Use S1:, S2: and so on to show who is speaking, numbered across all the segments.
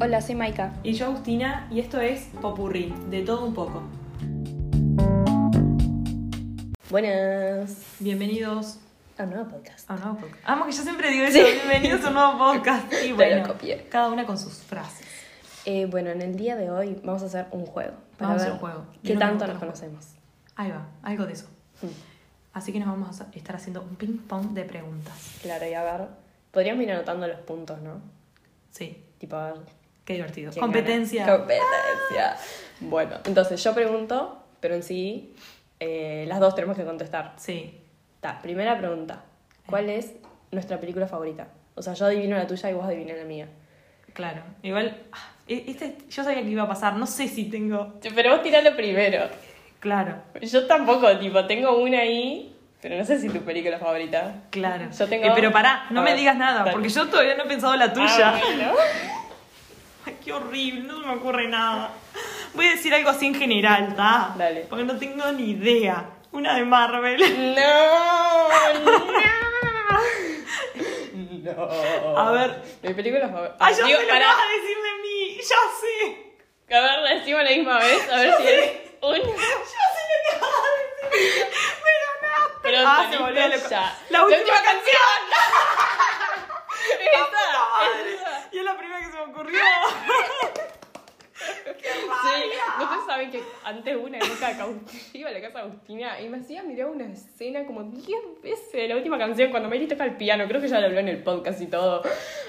S1: Hola, soy Maika.
S2: Y yo, Agustina, y esto es Popurrí, de todo un poco.
S1: Buenas.
S2: Bienvenidos
S1: A un nuevo podcast.
S2: a un nuevo podcast. Amo que yo siempre digo
S1: Sí.
S2: eso, bienvenidos a un nuevo podcast. Y
S1: lo
S2: bueno,
S1: copié.
S2: cada una con sus frases.
S1: Eh, bueno, en el día de hoy vamos a hacer un juego.
S2: Vamos a hacer un juego.
S1: ¿Qué
S2: Yo no me
S1: tanto
S2: gustan
S1: nos
S2: los
S1: conocemos?
S2: Ahí va, algo de eso.
S1: Mm,
S2: Así que nos vamos a estar haciendo un ping-pong de preguntas.
S1: Claro, y a ver. Podríamos ir anotando los puntos, ¿no?
S2: Sí,
S1: Tipo, a ver.
S2: qué divertido.
S1: quién
S2: Competencia.
S1: gana. Competencia. Bueno, entonces yo pregunto, pero en sí, eh, las dos tenemos que contestar.
S2: Sí,
S1: Ta, primera pregunta. ¿Cuál
S2: Eh.
S1: es nuestra película favorita? O sea, yo adivino la tuya y vos adivina la mía.
S2: claro. Igual, ah, e- este, yo sabía que iba a pasar, no sé si tengo...
S1: Pero vos tiralo primero.
S2: Claro,
S1: Yo tampoco, tipo, tengo una ahí, pero no sé si tu película favorita.
S2: claro.
S1: Yo tengo-
S2: Eh, pero pará, no
S1: A
S2: me
S1: ver,
S2: digas nada,
S1: dale.
S2: porque yo todavía no he pensado la tuya.
S1: Ah, bueno.
S2: Ay, qué horrible, no se me ocurre nada. Voy a decir algo así en general, ¿está?
S1: Dale.
S2: Porque no tengo ni idea. Una de Marvel.
S1: No, no.
S2: A ver.
S1: Mi película favorita.
S2: Ay, yo
S1: Digo,
S2: sé lo que
S1: pará.
S2: vas a decir de mí. Ya sé.
S1: A ver, la decimos la misma vez, a ver si es un.
S2: Ya sé lo que vas a decir. Me ganaste.
S1: Pero
S2: ah, se
S1: teniste
S2: volvió loco.
S1: ya.
S2: La última canción.
S1: Esa,
S2: Madre.
S1: esa.
S2: Y es la primera que se me ocurrió.
S1: Ah, Sí, ustedes saben que antes hubo una época cautiva en la casa de Agustina y me hacía mirar una escena como 10 veces de la última canción cuando Mary toca el piano. Creo que ya lo habló en el podcast y todo.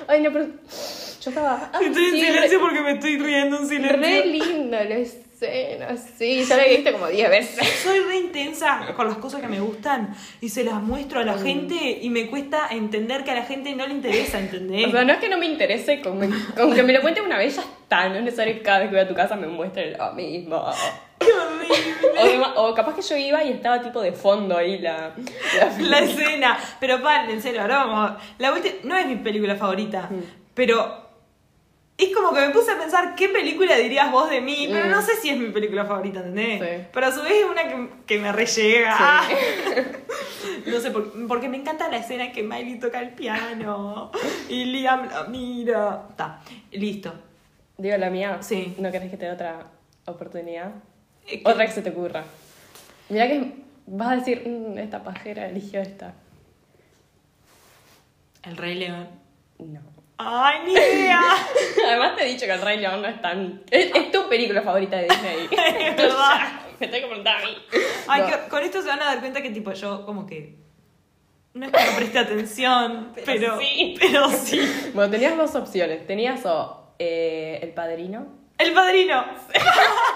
S1: Ay, no, pero yo estaba. ah,
S2: Estoy en
S1: sí,
S2: silencio porque me estoy riendo en
S1: re, re
S2: silencio.
S1: linda la escena, sí. Ya la he visto como 10 veces.
S2: Soy re intensa con las cosas que me gustan y se las muestro a la
S1: Mm.
S2: gente y me cuesta entender que a la gente no le interesa, ¿entendés?
S1: O sea, no es que no me interese, con, con que me lo cuente una vez ya está. No es necesario que cada vez que voy a tu casa me muestre lo mismo.
S2: ¡Qué horrible!
S1: O, ima- o capaz que yo iba y estaba tipo de fondo ahí la. la-
S2: La escena. Pero paren, en serio, ahora vamos. La última. No es mi película favorita.
S1: Mm.
S2: Pero. Es como que me puse a pensar qué película dirías vos de mí, pero
S1: Mm.
S2: no sé si es mi película favorita, ¿entendés?
S1: Sí.
S2: Pero a su vez es una que, que me rellega. Ah. No sé, por- porque me encanta la escena que Miley toca el piano y Liam la mira. Está, listo.
S1: Digo la mía.
S2: Sí.
S1: ¿No querés que te dé otra oportunidad?
S2: Eh, que-
S1: Otra que se te ocurra. Mirá que es- vas a decir, "Mm, esta pajera eligió esta.
S2: El Rey León.
S1: No.
S2: ¡Ay, ni idea!
S1: Además te he dicho que el Rey León no es tan... Es, es tu película favorita de Disney.
S2: Es verdad.
S1: Me tengo que preguntar a mí.
S2: Ay,
S1: No.
S2: que- con esto se van a dar cuenta que tipo yo como que no es que no preste atención, pero, pero
S1: sí.
S2: sí.
S1: Bueno, tenías dos opciones. Tenías o eh, El Padrino.
S2: El padrino.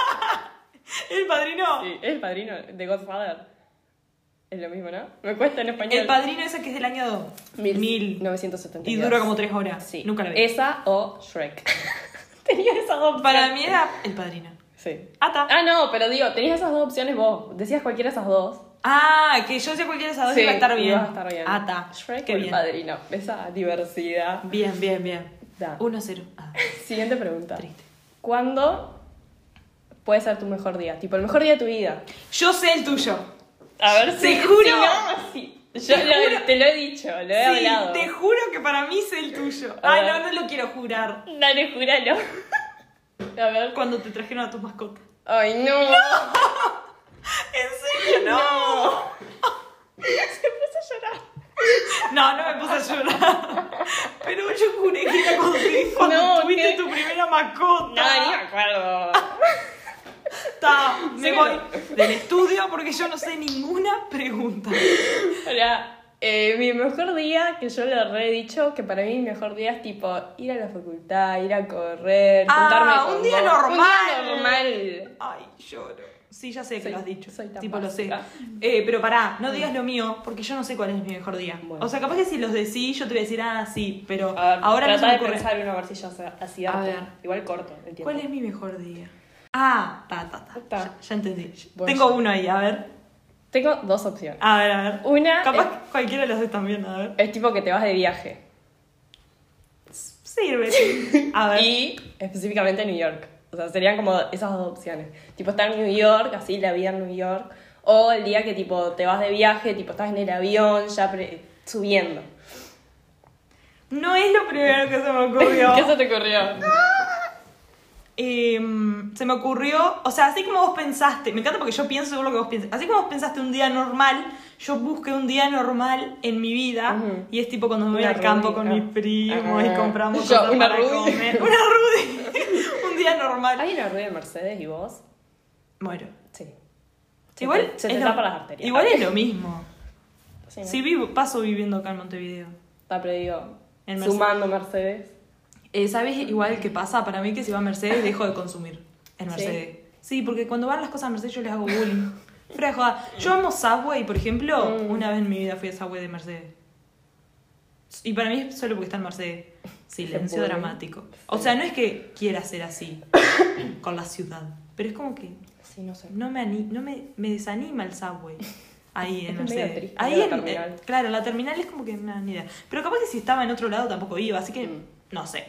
S2: El padrino.
S1: Sí, ¿es El Padrino de Godfather. Es lo mismo, ¿no? Me cuesta en español.
S2: El padrino ese que es del año 1000.
S1: Mil-
S2: Mil.
S1: 1972.
S2: Y dura como tres horas.
S1: Sí.
S2: Nunca lo vi.
S1: Esa o Shrek. Tenía esas dos
S2: Para
S1: opciones.
S2: mí era el padrino.
S1: Sí.
S2: Ah, ta.
S1: Ah, no, pero digo, tenías esas dos opciones vos. Decías cualquiera de esas dos.
S2: Ah, que yo sé cualquiera de esas dos iba a estar bien.
S1: ibas a estar bien.
S2: Ah, ta.
S1: Shrek
S2: Qué
S1: o el
S2: bien.
S1: padrino. Esa diversidad.
S2: Bien, bien, bien.
S1: Da.
S2: 1-0. Ah,
S1: Siguiente pregunta.
S2: triste.
S1: ¿Cuándo puede ser tu mejor día? Tipo, el mejor día de tu vida.
S2: Yo sé el tuyo.
S1: A ver
S2: Te juro.
S1: si no, si- Yo
S2: Te
S1: lo-
S2: juro.
S1: te lo he dicho, lo he
S2: sí,
S1: hablado.
S2: te juro que para mí es el tuyo.
S1: A
S2: Ay,
S1: ver.
S2: no, no lo quiero jurar.
S1: Dale, júralo. A ver.
S2: Cuando te trajeron a tus mascotas.
S1: Ay, no.
S2: ¿En serio?
S1: No. Se puso a llorar.
S2: No, no me puse a llorar. Pero yo juré que era contigo cuando
S1: No,
S2: tuviste
S1: ¿qué?
S2: tu primera mascota.
S1: No, ni me acuerdo.
S2: Está, me
S1: Sí,
S2: voy del estudio porque yo no sé ninguna pregunta.
S1: Hola. Eh, mi mejor día, que yo lo re he dicho, que para mí mi mejor día es tipo ir a la facultad, ir a correr,
S2: Ah,
S1: juntarme con
S2: un día
S1: vos.
S2: normal.
S1: Un día normal.
S2: Ay, lloro. Sí, ya sé que
S1: Soy-
S2: lo has dicho.
S1: soy tan
S2: tipo, lo sé.
S1: básica. Mm.
S2: Eh, pero pará, no digas lo mío porque yo no sé cuál es mi mejor día.
S1: Bueno.
S2: O sea, capaz que si los decís yo te voy a decir, ah, sí, pero
S1: A ver,
S2: ahora no se
S1: trata
S2: me
S1: de
S2: ocurre.
S1: pensar en una versilla así
S2: A
S1: harto.
S2: ver.
S1: Igual corto el tiempo.
S2: ¿Cuál es mi mejor día? Ah, ta, ta, ta.
S1: Ta.
S2: Ya, ya entendí.
S1: Bueno,
S2: Tengo
S1: ya.
S2: uno ahí, a ver.
S1: Tengo dos opciones.
S2: A ver, a ver.
S1: Una
S2: Capaz que cualquiera de los dos también, a ver.
S1: es tipo que te vas de viaje.
S2: Sirve. sí. A ver.
S1: Y específicamente New York. O sea, serían como esas dos opciones. Tipo estar en New York, así la vida en New York. O el día que tipo te vas de viaje, tipo estás en el avión, ya pre- subiendo.
S2: No es lo primero que se me ocurrió.
S1: ¿Qué se te ocurrió?
S2: em, se me ocurrió, o sea, así como vos pensaste, me encanta porque yo pienso según lo que vos piensas, así como vos pensaste un día normal, yo busqué un día normal en mi vida
S1: Ujú.
S2: y es tipo cuando me voy
S1: Una
S2: al campo
S1: rúdica.
S2: con mis primos y
S1: Ah.
S2: compramos
S1: Yo,
S2: cosas
S1: una
S2: para
S1: rúdica.
S2: comer. Una Rudy. un día normal.
S1: ¿Hay una rueda de Mercedes y vos?
S2: Muero.
S1: Sí.
S2: Igual
S1: se te,
S2: es lo-
S1: tapan las arterias.
S2: Igual es lo mismo.
S1: Sí, ¿no?
S2: Sí, vivo, paso viviendo acá en Montevideo.
S1: Está, pero digo,
S2: En Mercedes.
S1: sumando Mercedes.
S2: Eh, ¿Sabes igual que pasa? Para mí que si va a Mercedes dejo de consumir en
S1: ¿Sí?
S2: Mercedes. Sí, porque cuando van las cosas a Mercedes yo les hago bullying. Fuera de joda. Yo amo Subway, por ejemplo,
S1: Mm.
S2: una vez en mi vida fui a Subway de Mercedes. Y para mí es solo porque está en Mercedes. Silencio
S1: puede.
S2: dramático. O sea, no es que quiera ser así con la ciudad, pero es como que
S1: Sí, no sé.
S2: no me, ani- no me, me desanima el Subway. Ahí en
S1: Es medio
S2: Mercedes.
S1: triste,
S2: Ahí
S1: medio
S2: en,
S1: terminal.
S2: eh, claro, la terminal es como que nada, ni idea. Pero capaz que si estaba en otro lado tampoco iba, así que
S1: Mm.
S2: no sé.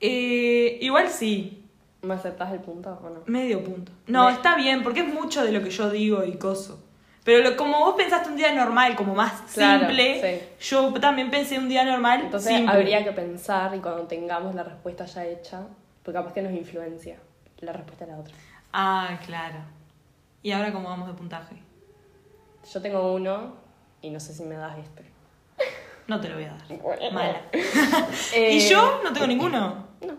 S2: Eh, igual sí,
S1: ¿Me aceptás el punto o no?
S2: medio punto. No,
S1: Me-
S2: está bien, porque es mucho de lo que yo digo y coso. Pero lo- como vos pensaste un día normal, como más
S1: Claro,
S2: simple, yo también pensé un día normal.
S1: Entonces
S2: simple.
S1: habría que pensar y cuando tengamos la respuesta ya hecha, porque capaz que nos influencia la respuesta de la otra.
S2: Ah, claro. ¿Y ahora cómo vamos de puntaje?
S1: Yo tengo uno y no sé si me das este.
S2: No te lo voy a dar.
S1: Bueno.
S2: Mala.
S1: Eh,
S2: ¿Y yo no tengo ninguno?
S1: No.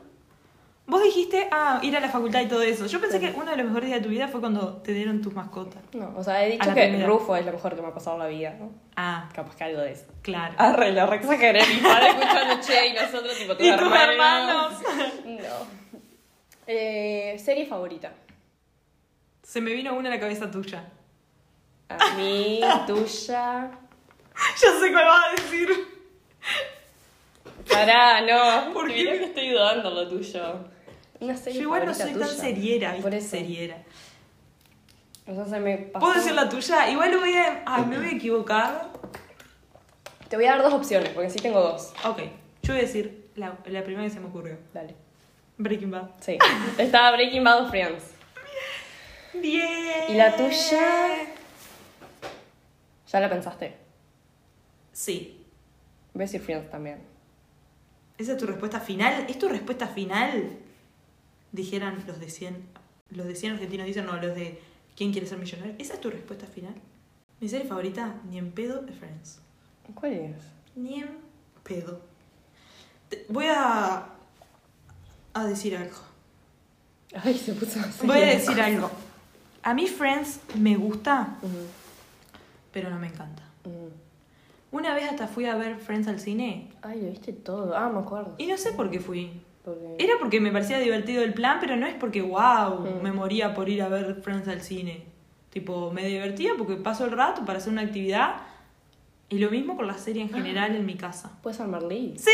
S2: Vos dijiste, ah, ir a la facultad y todo eso. Yo pensé que uno de los mejores días de tu vida fue cuando te dieron tus mascotas.
S1: No, o sea, he
S2: A
S1: dicho
S2: la
S1: que
S2: primera.
S1: Rufo es lo mejor que me ha pasado en la vida, ¿no?
S2: Ah,
S1: Capaz que algo de eso.
S2: claro.
S1: Arre, lo re exageré. Mi padre escuchando che y nosotros, tipo, tus
S2: ¿Y tus
S1: hermanos. No. Eh, serie favorita.
S2: Se me vino una a la cabeza tuya.
S1: A mí, tuya.
S2: Yo sé cuál vas a decir.
S1: Pará, no.
S2: ¿Por
S1: ¿Por
S2: qué?
S1: qué? que estoy dudando lo tuyo. Una serie
S2: Yo igual no
S1: favorita
S2: soy tan
S1: tuya.
S2: seriera, ¿viste?
S1: Por eso.
S2: Seriera.
S1: O sea, se me pasó.
S2: ¿Puedo decir la tuya? Igual voy a... Ay, me voy a equivocar.
S1: Te voy a dar dos opciones, porque sí tengo dos.
S2: Ok, yo voy a decir la, la primera que se me ocurrió.
S1: Dale.
S2: Breaking Bad.
S1: Sí. Estaba Breaking Bad o Friends.
S2: Bien.
S1: ¿Y la tuya? Ya la pensaste.
S2: Sí.
S1: Voy a decir Friends también.
S2: ¿Esa es tu respuesta final? ¿Es tu respuesta final? Dijeran los de 100. Los de 100 argentinos dicen, no, los de ¿Quién quiere ser millonario? ¿Esa es tu respuesta final? Mi serie favorita, ni en pedo, es Friends.
S1: ¿Cuál es?
S2: Ni en pedo. Te- voy a. a decir algo.
S1: Ay, se puso así.
S2: Voy a decir algo. A mí Friends me gusta, pero no me encanta. Una vez hasta fui a ver Friends al cine
S1: Ay, lo viste todo. Ah, me acuerdo.
S2: y no sé por qué fui.
S1: Porque-
S2: Era porque me parecía divertido el plan, pero no es porque, wow,
S1: Mm.
S2: me moría por ir a ver Friends al cine. Tipo, me divertía porque paso el rato para hacer una actividad. Y lo mismo con la serie en
S1: Ah.
S2: general en mi casa.
S1: ¿Puedes armar Lee?
S2: ¡Sí!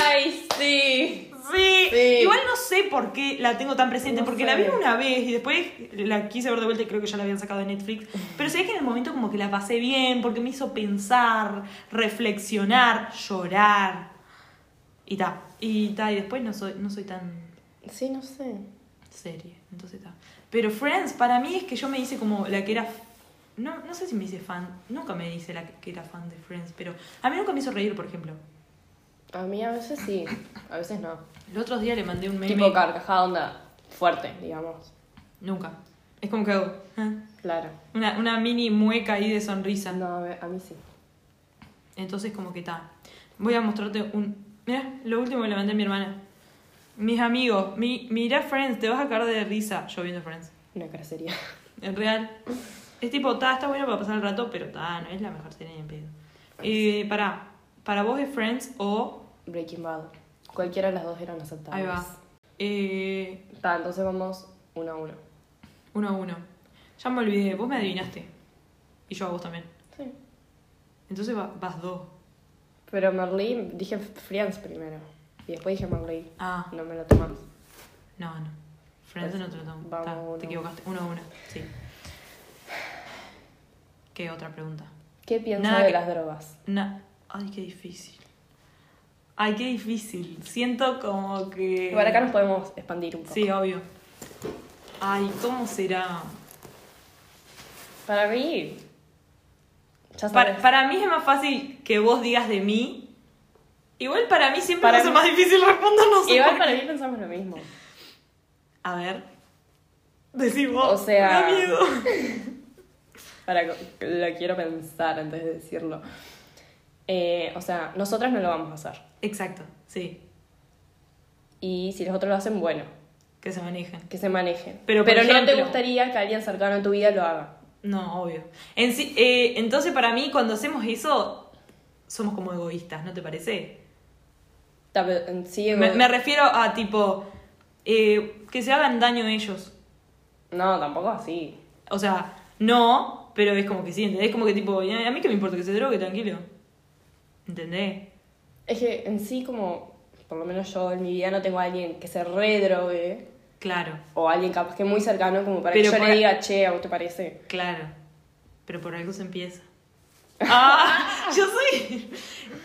S1: ¡Ay, sí!
S2: Sí.
S1: Sí.
S2: Igual no sé por qué la tengo tan presente,
S1: No
S2: porque
S1: sé.
S2: la vi una vez y después la quise ver de vuelta y creo que ya la habían sacado de Netflix. Pero sé que en el momento como que la pasé bien, porque me hizo pensar, reflexionar, llorar. Y ta. Y ta, y después no soy, no soy tan
S1: Sí, no sé.
S2: serie. Entonces está. Pero Friends, para mí es que yo me hice como la que era. No, no sé si me hice fan. Nunca me hice la que era fan de Friends, pero a mí nunca me hizo reír, por ejemplo.
S1: A mí a veces sí, a veces no.
S2: El otro día le mandé un meme.
S1: Tipo carcajada onda fuerte, digamos.
S2: Nunca. Es como que hago. ¿eh?
S1: Claro.
S2: Una, una mini mueca ahí de sonrisa.
S1: No, a, ver, a mí sí.
S2: Entonces, como que está. Voy a mostrarte un. Mira, lo último que le mandé a mi hermana. Mis amigos, mi, mira Friends, te vas a caer de risa. Yo viendo Friends.
S1: Una crecería.
S2: En real. Es tipo, ta, está bueno para pasar el rato, pero ta, no es la mejor serie ni en pedo. Eh, pará. Para vos es Friends o.
S1: Breaking Bad. Cualquiera de las dos eran aceptables.
S2: Ahí va. Eh,
S1: Está, entonces vamos uno a uno.
S2: uno a uno. Ya me olvidé, vos me adivinaste. Y yo a vos también.
S1: Sí.
S2: Entonces va- vas dos.
S1: Pero Merlí, dije Friends primero. Y después dije Merlí.
S2: Ah,
S1: No me lo tomas.
S2: no, no. Friends no te lo tomo.
S1: Vamos
S2: Ta,
S1: uno a
S2: te
S1: uno.
S2: equivocaste. Uno a uno, sí. ¿Qué otra pregunta?
S1: ¿Qué piensas
S2: Nada
S1: de
S2: que-
S1: las drogas?
S2: Na- Ay, qué difícil. Ay, qué difícil. Siento como que.
S1: Igual acá nos podemos expandir un poco.
S2: Sí, obvio. Ay, ¿cómo será?
S1: Para mí. Ya sabes.
S2: Para, para mí es más fácil que vos digas de mí. Igual para mí siempre
S1: Para
S2: va a ser
S1: mí-
S2: más difícil responder, no sé
S1: Igual
S2: por
S1: para
S2: qué.
S1: mí pensamos lo mismo.
S2: A ver. Decimos.
S1: O sea-
S2: Da miedo.
S1: Para, lo quiero pensar antes de decirlo. Eh, o sea, nosotras no lo vamos a hacer.
S2: Exacto, sí.
S1: Y si los otros lo hacen, bueno,
S2: Que se manejen.
S1: que se manejen.
S2: Pero,
S1: Pero,
S2: por
S1: no te
S2: ejemplo-
S1: gustaría que alguien cercano a tu vida lo haga.
S2: No, obvio. En sí- eh, entonces, para mí, cuando hacemos eso, somos como egoístas, ¿no te parece?
S1: Ta- pero en Sí,
S2: Me,
S1: ego-
S2: me refiero a tipo. eh, que se hagan daño ellos.
S1: No, tampoco así.
S2: O sea, no, pero es como que sí, ¿entendés? Es como que tipo, "Eh, a mí que me importa que se drogue, tranquilo. ¿Entendés?
S1: Es que en sí, como, por lo menos yo en mi vida no tengo a alguien que se redrogue.
S2: Claro,
S1: O alguien capaz que muy cercano, como para
S2: Pero
S1: que yo
S2: por-
S1: le diga, che, ¿a vos te parece?
S2: claro. Pero por algo se empieza. ¡Ah! ¡Yo soy!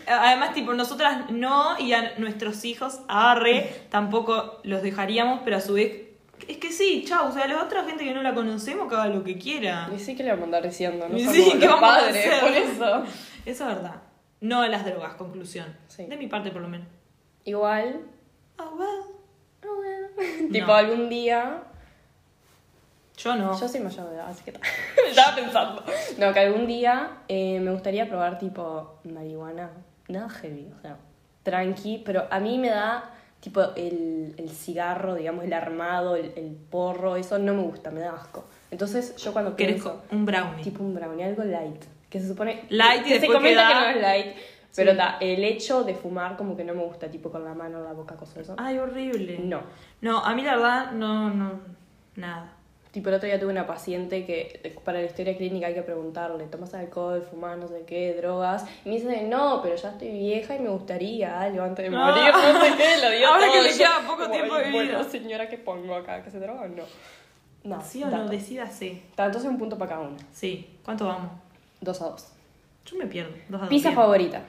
S2: Además, tipo, nosotras no y a nuestros hijos, arre, tampoco los dejaríamos, pero a su vez. Es que sí, chau, o sea, la otra gente que no la conocemos que haga lo que quiera.
S1: Y sí que le vamos a andar diciendo, no
S2: Y
S1: somos
S2: sí, ¿qué
S1: los
S2: vamos a
S1: padres,
S2: hacer?
S1: por eso.
S2: Eso es verdad. No a las drogas, conclusión.
S1: Sí.
S2: De mi parte, por lo menos.
S1: Igual,
S2: Ah, well.
S1: tipo
S2: No.
S1: algún día
S2: Yo no.
S1: Yo soy mayor de edad, así que ta- estaba pensando. No, que algún día eh, me gustaría probar tipo marihuana. Nada heavy, o sea, tranqui, pero a mí me da tipo el, el cigarro, digamos, el armado, el, el porro, eso no me gusta, me da asco. Entonces yo cuando
S2: ¿Querés
S1: pienso,
S2: un brownie?
S1: tipo un brownie, algo light, que se supone...
S2: Light y
S1: que se
S2: después
S1: comenta
S2: queda-
S1: que no es light, pero
S2: Sí.
S1: ta, el hecho de fumar como que no me gusta, tipo con la mano, la boca, cosas de eso.
S2: Ay, horrible.
S1: No.
S2: No, a mí la verdad, no, no, nada.
S1: Tipo, el otro día tuve una paciente que eh, para la historia clínica hay que preguntarle, ¿tomas alcohol, fumas, no sé qué, drogas? Y me dice, no, pero ya estoy vieja y me gustaría algo antes de
S2: No.
S1: morir, no sé qué, lo dio
S2: Ahora
S1: todo.
S2: que le
S1: Y yo,
S2: queda poco
S1: como,
S2: tiempo
S1: "Ay,
S2: de
S1: bueno,
S2: vida".
S1: señora, ¿qué pongo acá? ¿Que se droga o no? No,
S2: ¿Sí o no?
S1: dato.
S2: Decídase.
S1: Ta, Entonces un punto para cada uno,
S2: Sí. ¿Cuánto vamos?
S1: dos a dos.
S2: Yo me pierdo. Dos a dos,
S1: Pizza
S2: Ah, bien.
S1: favorita,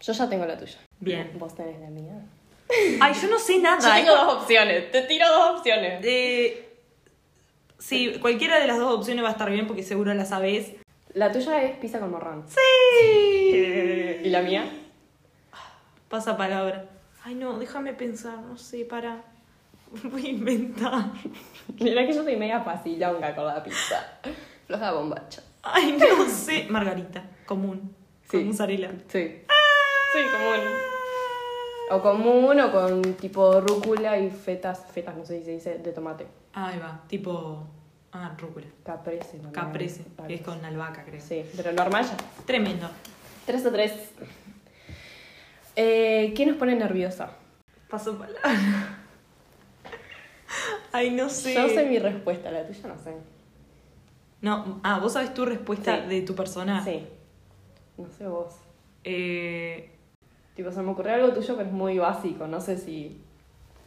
S1: yo ya tengo la tuya.
S2: Bien.
S1: ¿Vos tenés la mía?
S2: Ay, yo no sé nada.
S1: Yo tengo
S2: eh.
S1: dos opciones, te tiro dos opciones.
S2: Eh, sí, cualquiera de las dos opciones va a estar bien porque seguro la sabés.
S1: La tuya es pizza con morrón.
S2: Sí.
S1: ¿Y la mía?
S2: Pasa palabra. Ay, no, déjame pensar. No sé, para. Voy a inventar.
S1: Mira que yo soy media facilonga con la pizza. Floja bombacha.
S2: Ay, no sé. Margarita, común.
S1: Sí.
S2: Con mozzarella.
S1: Sí. Sí, común. O común o con tipo rúcula y fetas, fetas, no sé si se dice, de tomate.
S2: Ah, Ahí va, tipo. Ah, rúcula.
S1: Caprese. ¿no?
S2: Caprese, que es
S1: Caprese.
S2: con albahaca, creo.
S1: Sí, pero normal ya.
S2: Tremendo.
S1: 3 a 3. Eh, ¿Qué nos pone nerviosa?
S2: Paso palabra. Ay, no sé.
S1: Yo sé mi respuesta, la tuya no sé.
S2: No, ah, vos sabés tu respuesta
S1: Sí.
S2: de tu persona.
S1: Sí. No sé vos.
S2: Eh,
S1: Tipo, se me ocurrió algo tuyo, pero es muy básico. No sé si.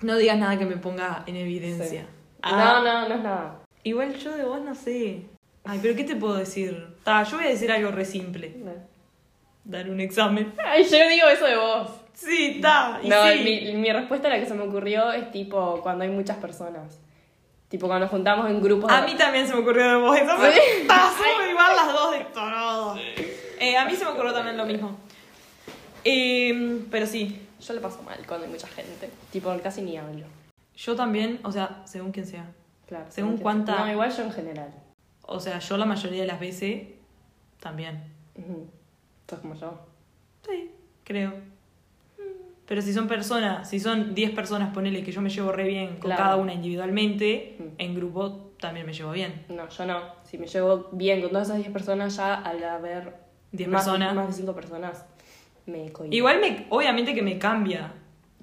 S2: no digas nada que me ponga en evidencia.
S1: Sí.
S2: Ah,
S1: No, no, no es nada.
S2: Igual yo de vos no sé. Ay, pero ¿qué te puedo decir? Ta, yo voy a decir algo re simple.
S1: No.
S2: Dar un examen.
S1: Ay, yo digo eso de vos.
S2: Sí, ta. y
S1: No,
S2: sí.
S1: mi, mi respuesta a la que se me ocurrió es tipo cuando hay muchas personas. Tipo cuando nos juntamos en grupos. de-
S2: A mí también se me ocurrió de vos. Eso me
S1: Sí.
S2: pasó igual las dos de torado. Eh, a mí se me ocurrió también lo mismo. Eh, pero sí,
S1: Yo le paso mal cuando hay mucha gente. Tipo casi ni hablo.
S2: yo también, o sea, según quien sea.
S1: Claro.
S2: Según
S1: que-
S2: cuánta-
S1: No, igual yo en general.
S2: O sea, yo la mayoría de las veces también.
S1: Ujú. Sos como yo.
S2: Sí, creo. Pero si son personas, si son 10 personas, ponele que yo me llevo re bien con
S1: Claro.
S2: cada una individualmente,
S1: Mm.
S2: en grupo también me llevo bien.
S1: No, yo no. Si me llevo bien con todas esas 10 personas, ya al haber
S2: 10
S1: más,
S2: personas.
S1: más de 5 personas, me cohibo.
S2: Igual me, obviamente que me cambia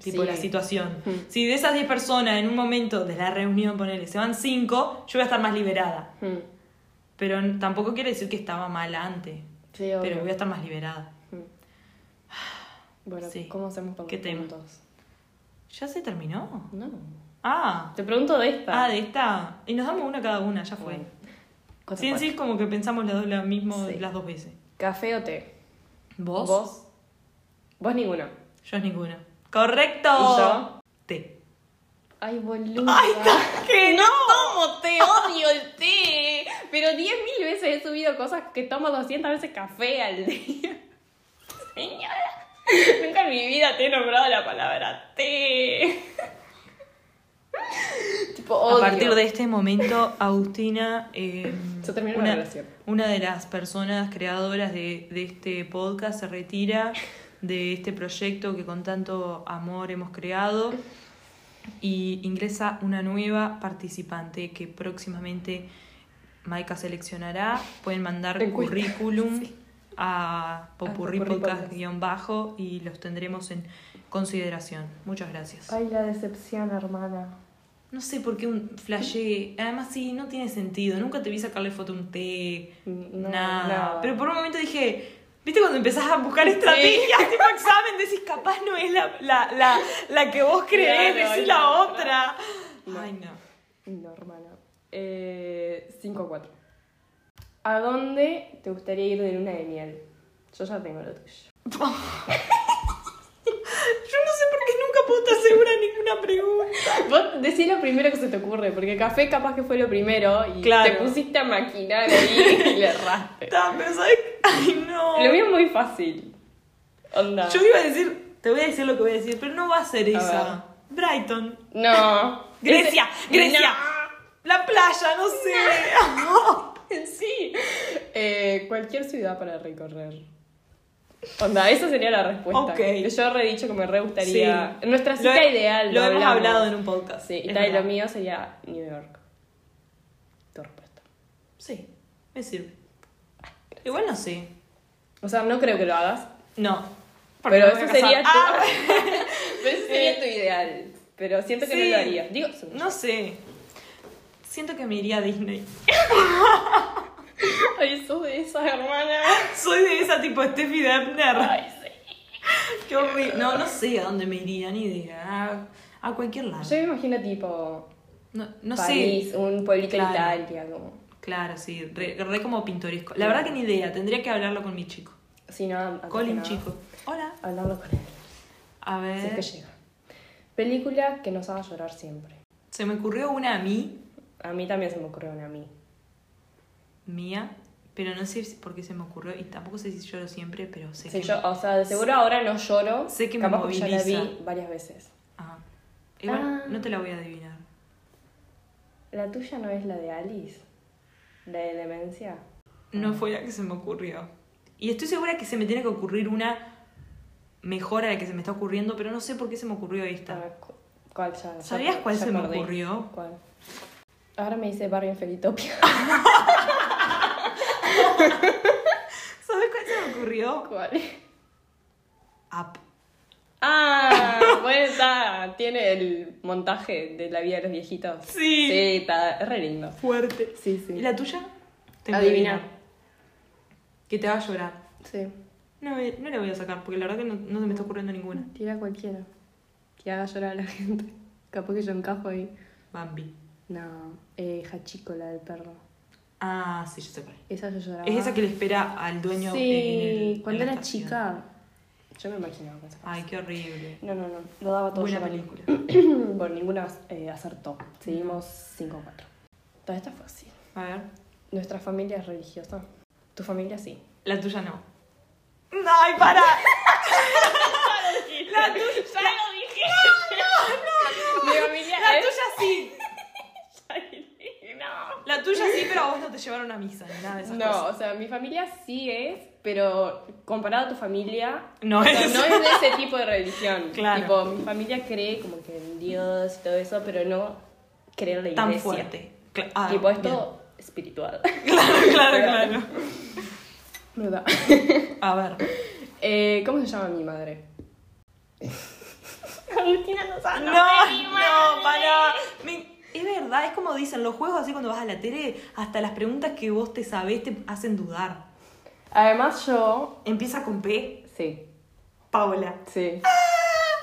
S2: tipo
S1: Sí.
S2: la situación.
S1: Mm.
S2: Si de esas 10 personas en un momento de la reunión ponele, se van 5, yo voy a estar más liberada.
S1: Mm.
S2: Pero n- tampoco quiere decir que estaba mal antes,
S1: Sí, obvio.
S2: pero voy a estar más liberada.
S1: Mm. Bueno,
S2: Sí.
S1: ¿cómo hacemos con
S2: ¿Qué
S1: los
S2: tema?
S1: puntos?
S2: ¿Ya se terminó?
S1: No.
S2: Ah.
S1: Te pregunto de esta.
S2: Ah, de esta. Y nos damos una cada una, ya fue.
S1: Bueno. Cosa
S2: Sí, en sí es como que pensamos las dos la mismo
S1: Sí.
S2: las dos veces.
S1: ¿Café o té?
S2: ¿Vos?
S1: ¿Vos? Vos ninguno.
S2: Yo es ninguna. ¡Correcto!
S1: ¿Y yo?
S2: Té.
S1: Ay, boluda. ¡Ay,
S2: ¡Que no!
S1: tomo té! ¡Odio el té! Pero 10.000 veces he subido cosas que tomo 200 veces café al día. Señora. Nunca en mi vida te he nombrado la palabra té. tipo, Tipo, odio.
S2: A partir de este momento, Agustina, eh,
S1: Se terminó la
S2: una,
S1: relación.
S2: una de las personas creadoras de, de este podcast, se retira de este proyecto que con tanto amor hemos creado y ingresa una nueva participante que próximamente Maika seleccionará. Pueden mandar
S1: Te encuesta.
S2: currículum a
S1: Popurrí Podcast.
S2: popurripodcast-bajo y los tendremos en consideración. Muchas gracias.
S1: Ay, la decepción, hermana.
S2: No sé por qué un flashe. Además, sí, no tiene sentido. Nunca te vi sacarle foto a un té.
S1: No,
S2: nada.
S1: nada.
S2: Pero por un momento dije. ¿Viste cuando empezás a buscar estrategias tipo examen? Decís, capaz no es la, la, la, la que vos
S1: Claro,
S2: creés, decís
S1: es
S2: la
S1: la
S2: otra.
S1: otra.
S2: Ay, no.
S1: No, hermana. Eh, 5 4. ¿A dónde te gustaría ir de luna de miel? Yo ya tengo lo tuyo.
S2: Yo no sé por qué nunca puedo estar segura de ninguna pregunta.
S1: Vos decís lo primero que se te ocurre, porque café capaz que fue lo primero y
S2: Claro.
S1: te pusiste a maquinar ahí y le erraste.
S2: Ta, Pero ¿sabes? Ay, no.
S1: Lo mío es muy fácil. Onda.
S2: Yo iba a decir, te voy a decir lo que voy a decir, pero no va a ser esa. Brighton.
S1: No.
S2: Grecia,
S1: Ese-
S2: Grecia.
S1: No.
S2: La playa, no sé.
S1: Sí. Eh, cualquier ciudad para recorrer. Onda, esa sería la respuesta.
S2: Ok.
S1: Que Yo re he dicho que me re gustaría. Nuestra
S2: Lo
S1: cita
S2: he-
S1: ideal.
S2: Lo, hemos
S1: hablamos.
S2: hablado en un podcast.
S1: Sí, y
S2: es
S1: tal, y lo
S2: verdad.
S1: mío sería New York. Tu respuesta.
S2: Sí, me sirve.
S1: Ah,
S2: Igual no sé.
S1: O sea, no creo que lo hagas.
S2: No. porque
S1: Pero
S2: no me
S1: eso
S2: voy a
S1: sería, tu,
S2: casar. Ah,
S1: pero eso sería tu ideal. Pero siento que
S2: Sí.
S1: Eh, no lo harías. Digo, según
S2: no sé. Siento que me iría a Disney.
S1: yo. Ay, sos de esas, hermana.
S2: Soy de esa tipo Steffi Debner.
S1: Ay, sí.
S2: Qué horrible. No, no sé a dónde me iría, ni idea. A, a cualquier lado.
S1: Yo me imagino tipo
S2: No, no sé.
S1: París, un pueblito de
S2: Claro.
S1: Italia, como.
S2: Claro, sí. Re, re como pintoresco. La verdad que ni idea. Tendría que hablarlo con mi chico.
S1: Si no, antes que
S2: Colin,
S1: nada,
S2: chico. Eh. Hola.
S1: Hablarlo con él.
S2: A
S1: Si es
S2: ver.
S1: que llega. Película que nos haga llorar siempre.
S2: Se me ocurrió una a mí,
S1: A mí también se me ocurrió una a mí.
S2: mía, pero no sé si- por qué se me ocurrió y tampoco sé si lloro siempre, pero sé
S1: Sí,
S2: que.
S1: yo, o sea, de seguro ahora no lloro.
S2: Sé que me
S1: capaz porque ya la
S2: moviliza.
S1: vi varias veces.
S2: Ajá. Igual
S1: Ah.
S2: no te la voy a adivinar.
S1: La tuya no es la de Alice. La de demencia.
S2: No fue la que se me ocurrió. Y estoy segura que se me tiene que ocurrir una mejor a la que se me está ocurriendo, pero no sé por qué se me ocurrió
S1: A
S2: esta.
S1: ver, cu- ¿Cuál Ah, ya? ya-
S2: ¿Sabías cuál
S1: ya
S2: se me
S1: acordé.
S2: ocurrió?
S1: ¿Cuál? Ahora me dice Barbie en Felitopia.
S2: ¿Sabes cuál se me ocurrió?
S1: ¿Cuál?
S2: Up.
S1: Ah, bueno, está. Tiene el montaje de la vida de los viejitos.
S2: Sí.
S1: Sí, está. Es re lindo.
S2: Fuerte.
S1: Sí, sí.
S2: ¿Y la tuya? Tengo que
S1: Adivina.
S2: adivinar. Que te va a llorar.
S1: Sí.
S2: No, eh, no la voy a sacar, porque la verdad que no, no se me está ocurriendo ninguna.
S1: Tira cualquiera. Que haga llorar a la gente. Capaz que yo encajo ahí.
S2: Bambi.
S1: No, eh, Hachiko, la del perro.
S2: Ah, sí, yo sé cuál.
S1: Esa yo lloraba.
S2: Es esa que le espera al dueño. eh, en el-
S1: Sí,
S2: en
S1: cuando
S2: la
S1: era
S2: estación.
S1: chica. Yo me imaginaba con esa cosa.
S2: Ay, qué horrible.
S1: No, no, no. Lo daba todo
S2: Buena
S1: llorando.
S2: película.
S1: bueno, ninguna eh, acertó. Seguimos 5-4. Toda esta fue así.
S2: A ver.
S1: ¿Nuestra familia es religiosa? ¿Tu familia sí?
S2: La tuya no. ¡Ay, para! la tuya.
S1: ¡Ya lo dije! ¡No, no, no! Mi familia
S2: La
S1: es...
S2: tuya sí.
S1: ¡No!
S2: La tuya sí, pero a vos no te llevaron a misa ni nada de esas
S1: No,
S2: cosas.
S1: o sea, mi familia sí es, pero comparado a tu familia,
S2: No
S1: No,
S2: es.
S1: no es de ese tipo de religión.
S2: Claro.
S1: Tipo, mi familia cree como que en Dios y todo eso, pero no cree en la iglesia.
S2: tan fuerte. Cla- ah,
S1: tipo,
S2: bien.
S1: esto espiritual.
S2: Claro, claro,
S1: ¿Verdad?
S2: claro. A ver.
S1: Eh, ¿Cómo se llama mi madre? Agustina no sabe.
S2: No, no, para. Me- Es verdad, es como dicen los juegos así cuando vas a la tele, hasta las preguntas que vos te sabés te hacen dudar.
S1: Además, yo.
S2: Empieza con P.
S1: Sí,
S2: Paola.
S1: sí.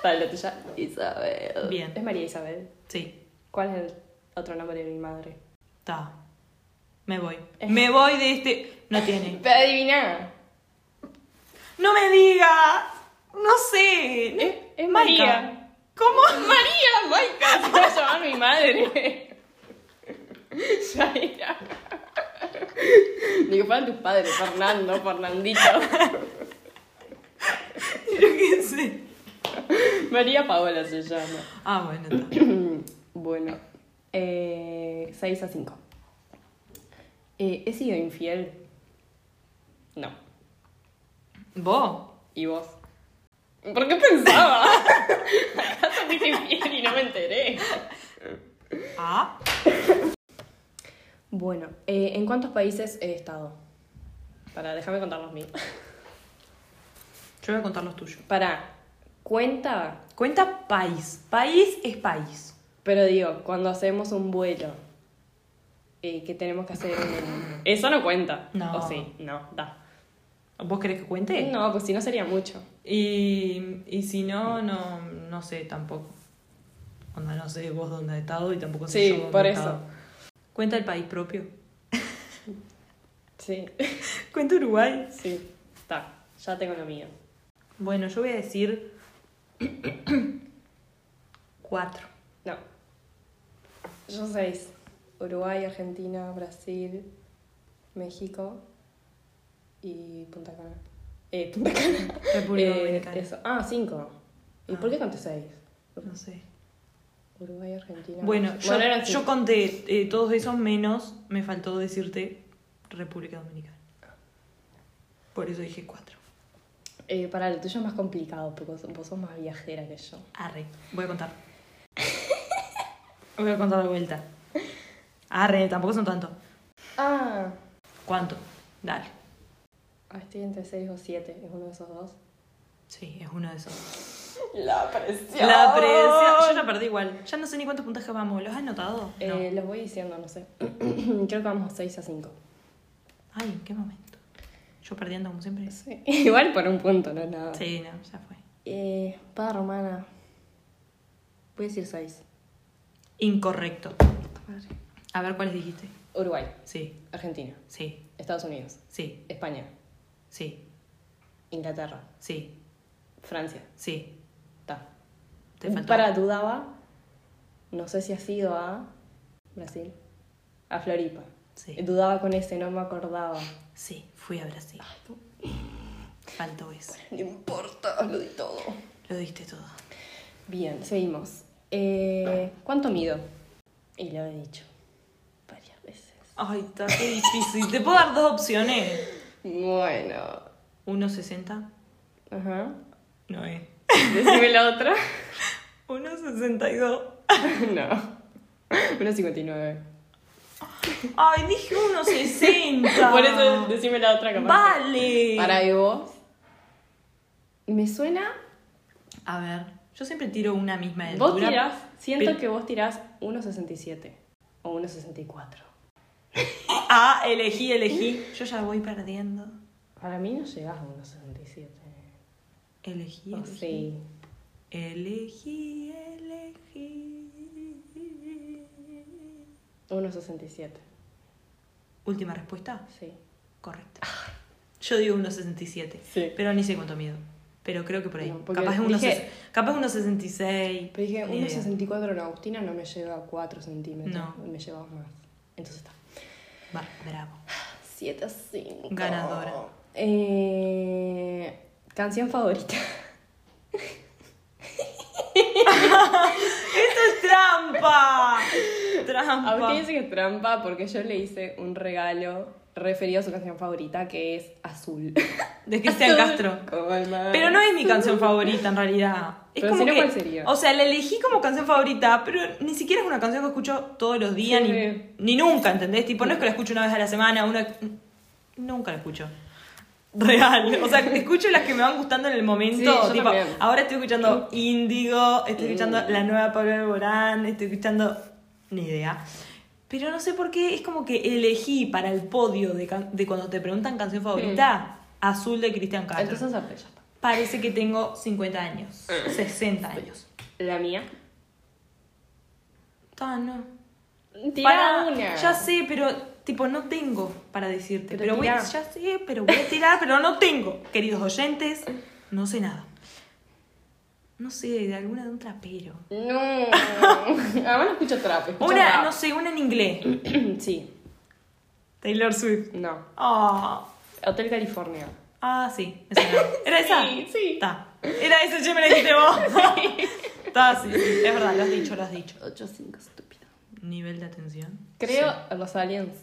S1: Para la tuya, Isabel.
S2: Bien.
S1: Es María Isabel.
S2: Sí,
S1: ¿Cuál es el otro nombre de mi madre?
S2: está. Me voy. Me voy de este. No tiene.
S1: Pero adiviná.
S2: ¡No me digas! No sé. No-
S1: Es, es
S2: Maica.
S1: María.
S2: ¿Cómo?
S1: María, Maika, se va a llamar mi madre. ya era. Digo, para tus padres, Fernando, Fernandito.
S2: Yo qué sé.
S1: María Paola se llama.
S2: Ah, bueno, está.
S1: Bueno, Eh, 6 a 5. Eh, ¿He sido infiel? No.
S2: ¿Vos?
S1: ¿Y vos? ¿Por qué pensaba? ¿Acaso fuiste infiel y no me enteré?
S2: Ah.
S1: Bueno, eh, ¿en cuántos países he estado? Para, déjame contar los míos.
S2: Yo voy a contar los tuyos.
S1: Para, cuenta,
S2: Cuenta país. País es país.
S1: pero digo, cuando hacemos un vuelo, eh, ¿qué tenemos que hacer? en el- Eso no cuenta.
S2: No.
S1: ¿O sí? No, da.
S2: ¿Vos querés que cuente?
S1: No, pues si no sería mucho.
S2: Y, y si no, no, no sé tampoco. Onda, no sé vos dónde has estado y tampoco sé
S1: Sí,
S2: yo dónde
S1: por
S2: he
S1: eso.
S2: estado. Cuenta el país propio.
S1: Sí,
S2: Cuenta Uruguay.
S1: sí, está. Ya tengo lo mío.
S2: Bueno, yo voy a decir cuatro.
S1: No. Yo seis. Uruguay, Argentina, Brasil, México y Punta Cana. Eh, Punta Cana.
S2: República
S1: Eh,
S2: Dominicana. Ah.
S1: eso. Ah, cinco. ¿Y por qué conté seis?
S2: No sé.
S1: Uruguay, Argentina.
S2: Bueno, yo,
S1: eran
S2: yo
S1: cinco.
S2: conté eh, todos esos menos, me faltó decirte República Dominicana. Por eso dije cuatro.
S1: Eh, pará, lo tuyo es más complicado porque vos, vos sos más viajera que yo.
S2: Arre, voy a contar. voy a contar de vuelta. Arre, tampoco son tanto.
S1: Ah.
S2: ¿Cuánto? Dale.
S1: ah, estoy entre seis o siete. ¿Es uno de esos dos?
S2: Sí, es uno de esos.
S1: La presión.
S2: La presión. Yo la perdí igual. Ya no sé ni cuántos puntajes vamos. ¿Los has notado? No.
S1: Eh, Los voy diciendo, no sé. Creo que vamos seis a cinco.
S2: Ay, ¿en qué momento? Yo perdiendo como siempre.
S1: Sí. Igual por un punto, no es nada.
S2: Sí, no, ya fue.
S1: Eh, espada romana. Voy a decir 6.
S2: Incorrecto. A ver cuáles dijiste.
S1: Uruguay,
S2: Sí,
S1: Argentina,
S2: sí,
S1: Estados Unidos,
S2: sí,
S1: España,
S2: sí,
S1: Inglaterra,
S2: sí,
S1: Francia.
S2: sí.
S1: Ta.
S2: Te faltó.
S1: Para dudaba, no sé si ha sido a Brasil, a Floripa.
S2: Sí.
S1: Dudaba con ese, no me acordaba.
S2: Sí, fui a Brasil. Faltó eso.
S1: No importa, lo di todo.
S2: Lo diste todo.
S1: Bien, seguimos. Eh, ¿Cuánto mido? Y lo he dicho varias veces.
S2: Ay, está qué difícil. Te puedo dar dos opciones.
S1: Bueno.
S2: 1.60.
S1: Ajá.
S2: No eh. es.
S1: Decime la otra.
S2: 1.62.
S1: No. 1.59.
S2: Ay, dije 1.60.
S1: Por eso decime la otra capaz.
S2: Vale.
S1: Para y vos. Me suena.
S2: A ver, yo siempre tiro una misma altura.
S1: Vos tirás. Siento
S2: Pero-
S1: que vos tirás 1.67 o 1.64.
S2: Ah, elegí, elegí. Yo ya voy perdiendo.
S1: Para mí no llegás a 1.67.
S2: Elegí,
S1: O
S2: elegí.
S1: Oh, sí.
S2: Elegí, elegí.
S1: 1.67.
S2: Última respuesta.
S1: Sí.
S2: Correcta. Yo digo 1.67.
S1: Sí.
S2: Pero ni sé cuánto mido. Pero creo que por ahí.
S1: No, porque
S2: capaz, es
S1: dije-
S2: 1.60 capaz 1.66.
S1: Pero dije,
S2: Ni idea.
S1: 1.64 en Agustina no me lleva a 4 centímetros.
S2: No.
S1: Me llevaba más. Entonces está.
S2: Va, bravo.
S1: 7 a 5.
S2: Ganadora.
S1: Eh, canción favorita.
S2: ¡Esto es trampa!
S1: A usted
S2: Trampa.
S1: dice que es trampa porque yo le hice un regalo referido a su canción favorita que es Azul.
S2: De Cristian Castro.
S1: Como el mar.
S2: Pero no es mi canción favorita en realidad. Es
S1: Pero
S2: como
S1: si no,
S2: que-
S1: ¿cuál sería?
S2: O sea, la elegí como canción favorita, pero ni siquiera es una canción que escucho todos los días,
S1: Sí.
S2: ni, ni nunca, ¿entendés? Tipo, no es que la escucho una vez a la semana, una. Nunca la escucho. Real. O sea, escucho las que me van gustando en el
S1: Sí,
S2: momento.
S1: yo
S2: tipo,
S1: también.
S2: ahora estoy escuchando Índigo, estoy escuchando la nueva Pablo Alborán, estoy escuchando. ni idea. Pero no sé por qué, es como que elegí para el podio de, can- de cuando te preguntan canción favorita, Azul de Cristian Castro.
S1: Entonces Azul, ya está.
S2: Parece que tengo 50 años, 60 años.
S1: La mía.
S2: Ah, no.
S1: Tira
S2: Pará,
S1: una.
S2: Ya sé, pero tipo no tengo para decirte.
S1: Pero
S2: Pero, voy,
S1: tirá.
S2: ya sé, pero voy a tirar, pero no tengo. Queridos oyentes, no sé nada. No sé, de alguna de un trapero.
S1: No. Además no escucho trap. Escucho
S2: Una,
S1: rap.
S2: no sé, una en inglés.
S1: sí.
S2: Taylor Swift.
S1: No.
S2: Ah,
S1: Hotel California.
S2: Ah, sí. me sonaba. ¿Era esa?
S1: Sí, sí.
S2: Ta. Era esa, che, me la dijiste vos. Ta, sí, sí, Es verdad, lo has dicho, lo has dicho.
S1: 8-5, estúpido.
S2: nivel de atención.
S1: Creo en los aliens.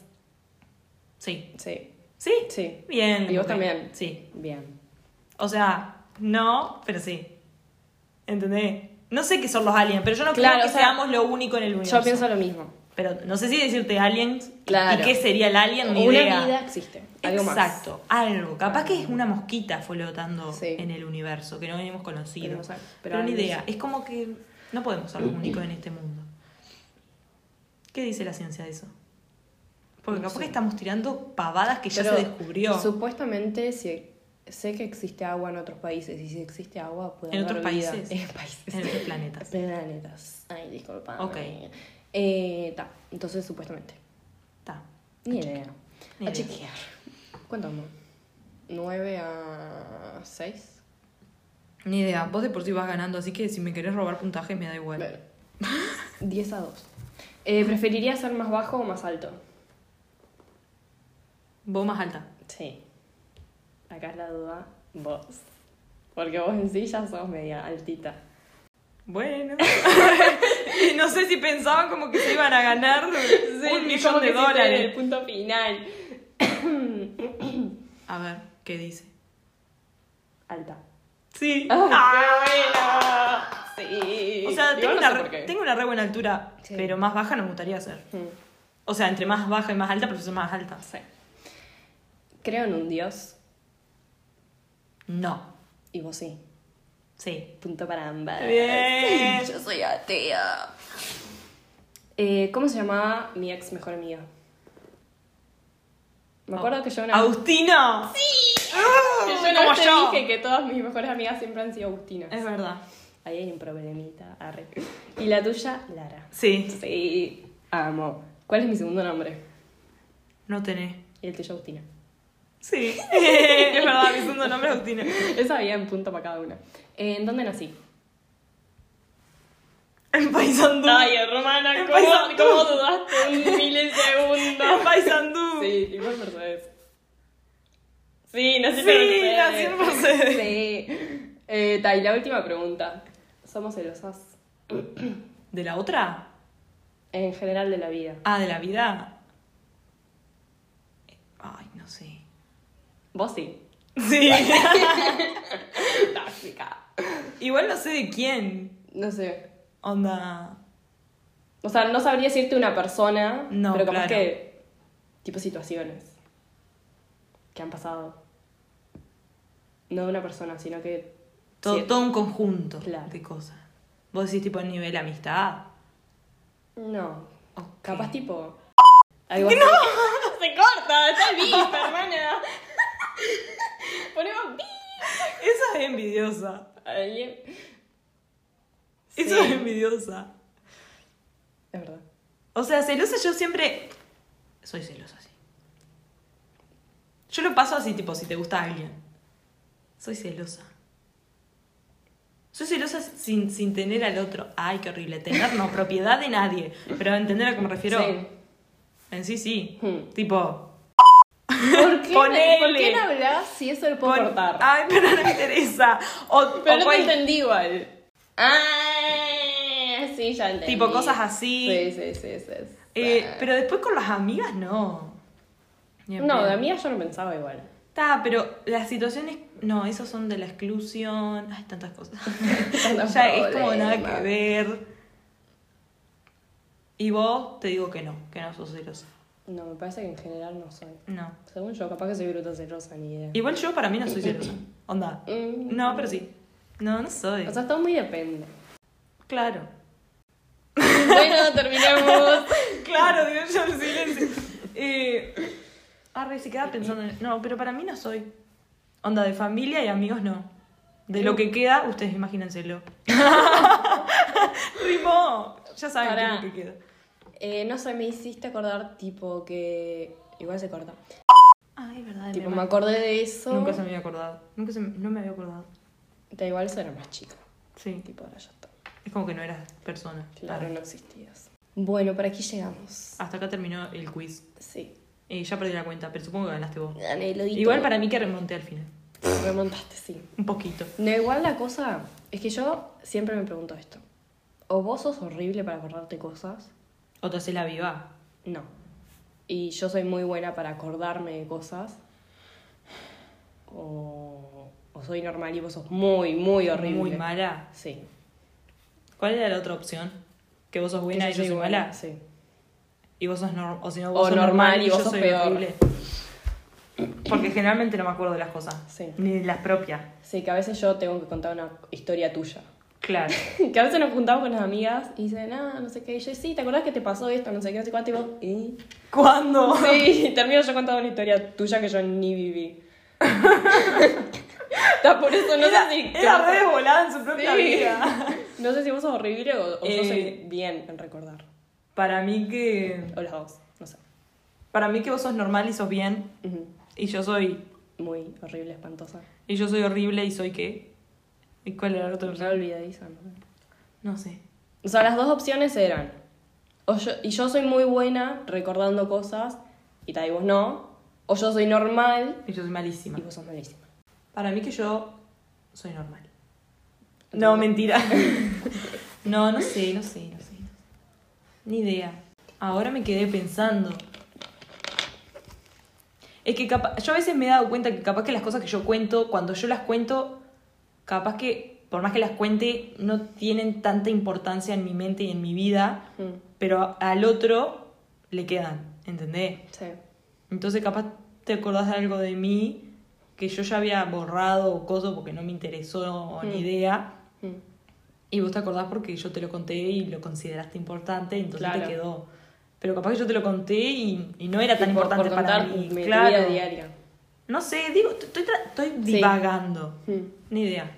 S2: Sí.
S1: Sí.
S2: Sí.
S1: Sí.
S2: Bien.
S1: Y vos
S2: ok.
S1: también.
S2: Sí.
S1: Bien.
S2: O sea, no, pero sí. ¿Entendés? No sé qué son los aliens, pero yo no
S1: Claro,
S2: creo que
S1: o sea,
S2: seamos lo único en el universo.
S1: Yo pienso lo mismo.
S2: Pero no sé si decirte aliens y-
S1: Claro.
S2: y qué sería el alien, ni
S1: Una
S2: idea.
S1: vida existe. Algo más.
S2: Exacto, algo. Capaz que es una mosquita flotando
S1: Sí.
S2: en el universo que no hemos
S1: Pero
S2: conocido. Pero,
S1: no sabe- pero
S2: ni
S1: algo
S2: idea. Es como que no podemos ser los únicos en este mundo. ¿Qué dice la ciencia de eso? Porque
S1: No
S2: capaz
S1: sé.
S2: que estamos tirando pavadas que ya
S1: Pero
S2: se descubrió.
S1: Supuestamente si- sé que existe agua en otros países y si existe agua puede
S2: ¿En
S1: haber
S2: otros
S1: vida.
S2: países?
S1: En países.
S2: En este otros planetas.
S1: Planetas. Ay, disculpa.
S2: Ok.
S1: Eh, ta. Entonces, supuestamente.
S2: Está.
S1: Ni idea.
S2: Ni
S1: a
S2: idea.
S1: chequear. ¿Cuánto vamos? ¿9 a 6?
S2: Ni idea. Vos de por sí vas ganando, así que si me querés robar puntaje me da igual.
S1: Bueno. 10 a 2. Eh, ¿Preferiría ser más bajo o más alto?
S2: Vos más alta.
S1: Sí. Acá es la duda, vos. Porque vos en sí ya sos media altita.
S2: Bueno. Y no sé si pensaban como que se iban a ganar un millón de dólares.
S1: En el punto final.
S2: A ver, ¿qué dice? Ah,
S1: Alta.
S2: Sí.
S1: qué bueno! Sí.
S2: o sea,
S1: Igual
S2: tengo,
S1: no
S2: una
S1: sé por
S2: re,
S1: qué.
S2: tengo una re buena altura,
S1: Sí.
S2: pero más baja no me gustaría ser.
S1: Mm,
S2: O sea, entre más baja y más alta, prefiero ser más alta.
S1: sí. Creo en un dios
S2: No.
S1: y vos sí.
S2: Sí.
S1: Punto para ambas.
S2: Bien.
S1: Yo soy atea. Eh, ¿Cómo se llamaba mi ex mejor amiga? Me acuerdo que yo una vez-
S2: Oh. ¡Agustino! Ah, ¡Sí!
S1: que Ah. yo una vez te dije que todas mis mejores amigas siempre han sido Agustina.
S2: Es verdad.
S1: Ahí hay un problemita, arre. Y la tuya, Lara.
S2: Sí.
S1: Sí, amo. ¿Cuál es mi segundo nombre?
S2: No tenés.
S1: Y el tuyo, Agustina.
S2: Sí. es verdad, mi segundo nombre es Agustino.
S1: Esa había en punto para cada una. Eh, ¿En dónde nací?
S2: En Paisandú.
S1: hermana,
S2: En Paysandú.
S1: dudaste un milisegundo?
S2: En Paisandú. Sí,
S1: Sí, igual Mercedes. Sí, nací
S2: nací en Mercedes.
S1: Sí. Eh, ta, y la última pregunta. ¿Somos celosas?
S2: ¿De la otra?
S1: En general de la vida.
S2: Ah, de la vida. Ay, no sé.
S1: Vos sí.
S2: Sí.
S1: Táctica.
S2: Igual no sé de quién.
S1: No sé.
S2: Onda.
S1: O sea, no sabría decirte una persona,
S2: No,
S1: pero capaz
S2: claro.
S1: que. Tipo situaciones. Que han pasado. No de una persona, sino que.
S2: Todo,
S1: sí.
S2: todo un conjunto
S1: Claro.
S2: de cosas. Vos decís tipo nivel amistad.
S1: No.
S2: Ok.
S1: Capaz tipo. Algo ¡No! ¡Se corta! ¡Está el bip, hermana! Ponemos bip.
S2: Esa es envidiosa.
S1: Alguien-
S2: Eso
S1: Sí.
S2: es envidiosa.
S1: Es verdad.
S2: O sea, celosa yo siempre. Soy celosa, sí. Yo lo paso así, tipo, si te gusta alguien. Soy celosa. Soy celosa sin, sin tener al otro. Ay, qué horrible. Tener no, propiedad de nadie. Pero entender a qué me refiero.
S1: Sí.
S2: En sí, sí.
S1: Hmm.
S2: Tipo.
S1: ¿Por qué,
S2: Ponele.
S1: ¿Por qué no hablas si eso lo puedo
S2: pon- ah,
S1: cortar?
S2: Ay, pero no me interesa. O,
S1: Pero no
S2: o
S1: te
S2: cual-
S1: entendí igual. Ah, sí, ya entendí.
S2: Tipo cosas así.
S1: Sí, sí, sí, sí. sí.
S2: Eh, pero después con las amigas no. Ni en
S1: No,
S2: pedo.
S1: de amiga yo no pensaba igual.
S2: Ta, pero las situaciones. No, esos son de la exclusión. Ay, tantas cosas.
S1: Tantos
S2: ya es como nada
S1: problemas.
S2: que ver. Y vos te digo que no, que no sos celosa.
S1: No, me parece que en general no soy.
S2: No.
S1: Según yo, capaz que soy bruta celosa, ni idea.
S2: Igual yo para mí no soy celosa. Onda.
S1: Mm.
S2: No, pero sí. No, no soy.
S1: O sea, todo muy depende.
S2: claro.
S1: bueno, terminamos.
S2: Claro, digo yo el silencio. Eh, arre, se queda pensando en... No, pero para mí no soy. Onda, de familia y amigos no. De lo que queda, ustedes imagínenselo. Rimó. Ya saben qué
S1: Pará.
S2: es lo que queda.
S1: Eh, no sé, me hiciste acordar, tipo, que. Igual se corta.
S2: Ay, verdad.
S1: Tipo, me acordé de eso.
S2: Ah, Nunca se me había acordado. Nunca se me- No me había acordado.
S1: Da igual, eso era más chica.
S2: Sí.
S1: Tipo, ahora ya está.
S2: Es como que no eras persona.
S1: Claro,
S2: Arre.
S1: no existías. Bueno, por aquí llegamos.
S2: Hasta acá terminó el quiz.
S1: Sí.
S2: Eh, ya perdí la cuenta, pero supongo que ganaste vos.
S1: Gané lo di
S2: Igual
S1: todo.
S2: para mí que remonté al final.
S1: Remontaste, sí.
S2: Un poquito.
S1: No, igual la cosa es que yo siempre me pregunto esto. O vos sos horrible para acordarte cosas,
S2: O te haces la viva.
S1: No. Y yo soy muy buena para acordarme de cosas. O, o soy normal y vos sos muy, muy horrible.
S2: Muy mala.
S1: Sí.
S2: ¿Cuál era la otra opción? Que vos sos buena
S1: Que
S2: y yo soy
S1: buena,
S2: mala.
S1: Sí.
S2: Y vos sos normal. O si no, vos
S1: O
S2: sos
S1: normal y vos
S2: yo
S1: sos
S2: soy
S1: peor.
S2: horrible. Porque generalmente no me acuerdo de las cosas.
S1: Sí.
S2: Ni de las propias.
S1: Sí, que a veces yo tengo que contar una historia tuya.
S2: Claro.
S1: Que a veces nos juntamos con las amigas y dicen, ah, no sé qué. Y yo, sí, ¿te acordás que te pasó esto? No sé qué, no sé cuánto. Y vos, "¿Y?".
S2: ¿Cuándo?
S1: Sí, y termino yo contando una historia tuya que yo ni viví. Está por eso, no
S2: era
S1: sé si...
S2: era re desvolada en su propia
S1: Sí.
S2: vida.
S1: No sé si vos sos horrible o, o yo soy
S2: Eh.
S1: bien en recordar.
S2: Para mí que.
S1: O las dos, no sé.
S2: Para mí que vos sos normal y sos bien.
S1: Ujú.
S2: Y yo soy.
S1: Muy horrible, espantosa.
S2: Y yo soy horrible y soy qué. ¿Y cuál era la otra opción?
S1: Re olvidadiza, ¿no?
S2: No sé.
S1: O sea, las dos opciones eran. O yo, y yo soy muy buena recordando cosas y tal, y vos no. O yo soy normal
S2: Y yo soy malísima.
S1: y vos sos malísima.
S2: Para mí que yo soy normal. No, mentira. no, no sé, no sé, no sé. no sé. Ni idea. Ahora me quedé pensando. Es que capaz, yo a veces me he dado cuenta que capaz que las cosas que yo cuento, cuando yo las cuento, capaz que por más que las cuente, no tienen tanta importancia en mi mente y en mi vida,
S1: Mm,
S2: pero a- al otro le quedan, ¿entendés?
S1: sí.
S2: Entonces capaz te acordás de algo de mí que yo ya había borrado o cosas porque no me interesó ni
S1: Mm.
S2: idea.
S1: Mm.
S2: Y vos te acordás porque yo te lo conté y lo consideraste importante, entonces te
S1: Claro.
S2: quedó. Pero capaz que yo te lo conté y, y no era tan
S1: Y por-
S2: importante
S1: por
S2: para
S1: contar
S2: mí.
S1: mi
S2: claro.
S1: vida diaria.
S2: No sé, digo, t- estoy, tra- estoy divagando.
S1: Mm.
S2: Ni idea.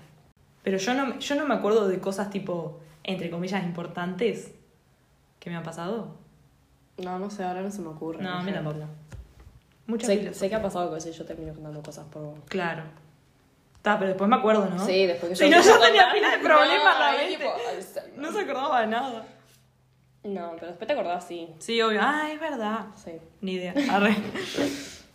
S2: Pero yo no, me- yo no me acuerdo de cosas tipo, entre comillas, importantes que me han pasado.
S1: No, no sé, ahora no se me ocurre.
S2: No, a mí
S1: ejemplo.
S2: tampoco. Muchas
S1: Sé,
S2: filosofías.
S1: sé que ha pasado cosas y yo termino contando cosas por vos.
S2: Claro. Está, pero después me acuerdo, ¿no?
S1: Sí, después que
S2: Si no, yo
S1: empiezo a
S2: tenía
S1: contar-
S2: pila de problemas en la
S1: No, ahí
S2: mente.
S1: tipo, Alzheimer.
S2: No se acordaba de nada.
S1: No, pero después te acordás, sí.
S2: Sí, obvio. Ah, es verdad.
S1: Sí.
S2: Ni idea. Arre.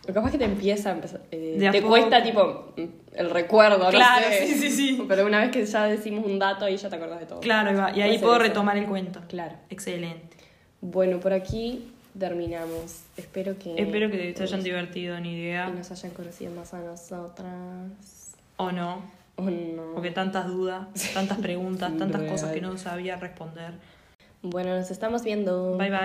S1: Lo capaz que te empieza a empezar. eh,
S2: De a
S1: te
S2: poco.
S1: cuesta, tipo, el recuerdo,
S2: Claro,
S1: no sé.
S2: sí, sí, sí.
S1: Pero una vez que ya decimos un dato, ahí ya te acordás de todo.
S2: Claro, ahí va. Y
S1: Puede
S2: ahí
S1: ser
S2: puedo
S1: eso.
S2: retomar el cuento.
S1: Claro.
S2: Excelente.
S1: Bueno, por aquí terminamos. Espero que.
S2: Espero que te hayan divertido, ni
S1: Y
S2: idea.
S1: nos hayan conocido más a nosotras.
S2: O no.
S1: O no.
S2: Porque tantas dudas, tantas preguntas, tantas
S1: Real.
S2: cosas que no sabía responder.
S1: Bueno, nos estamos viendo.
S2: Bye, bye.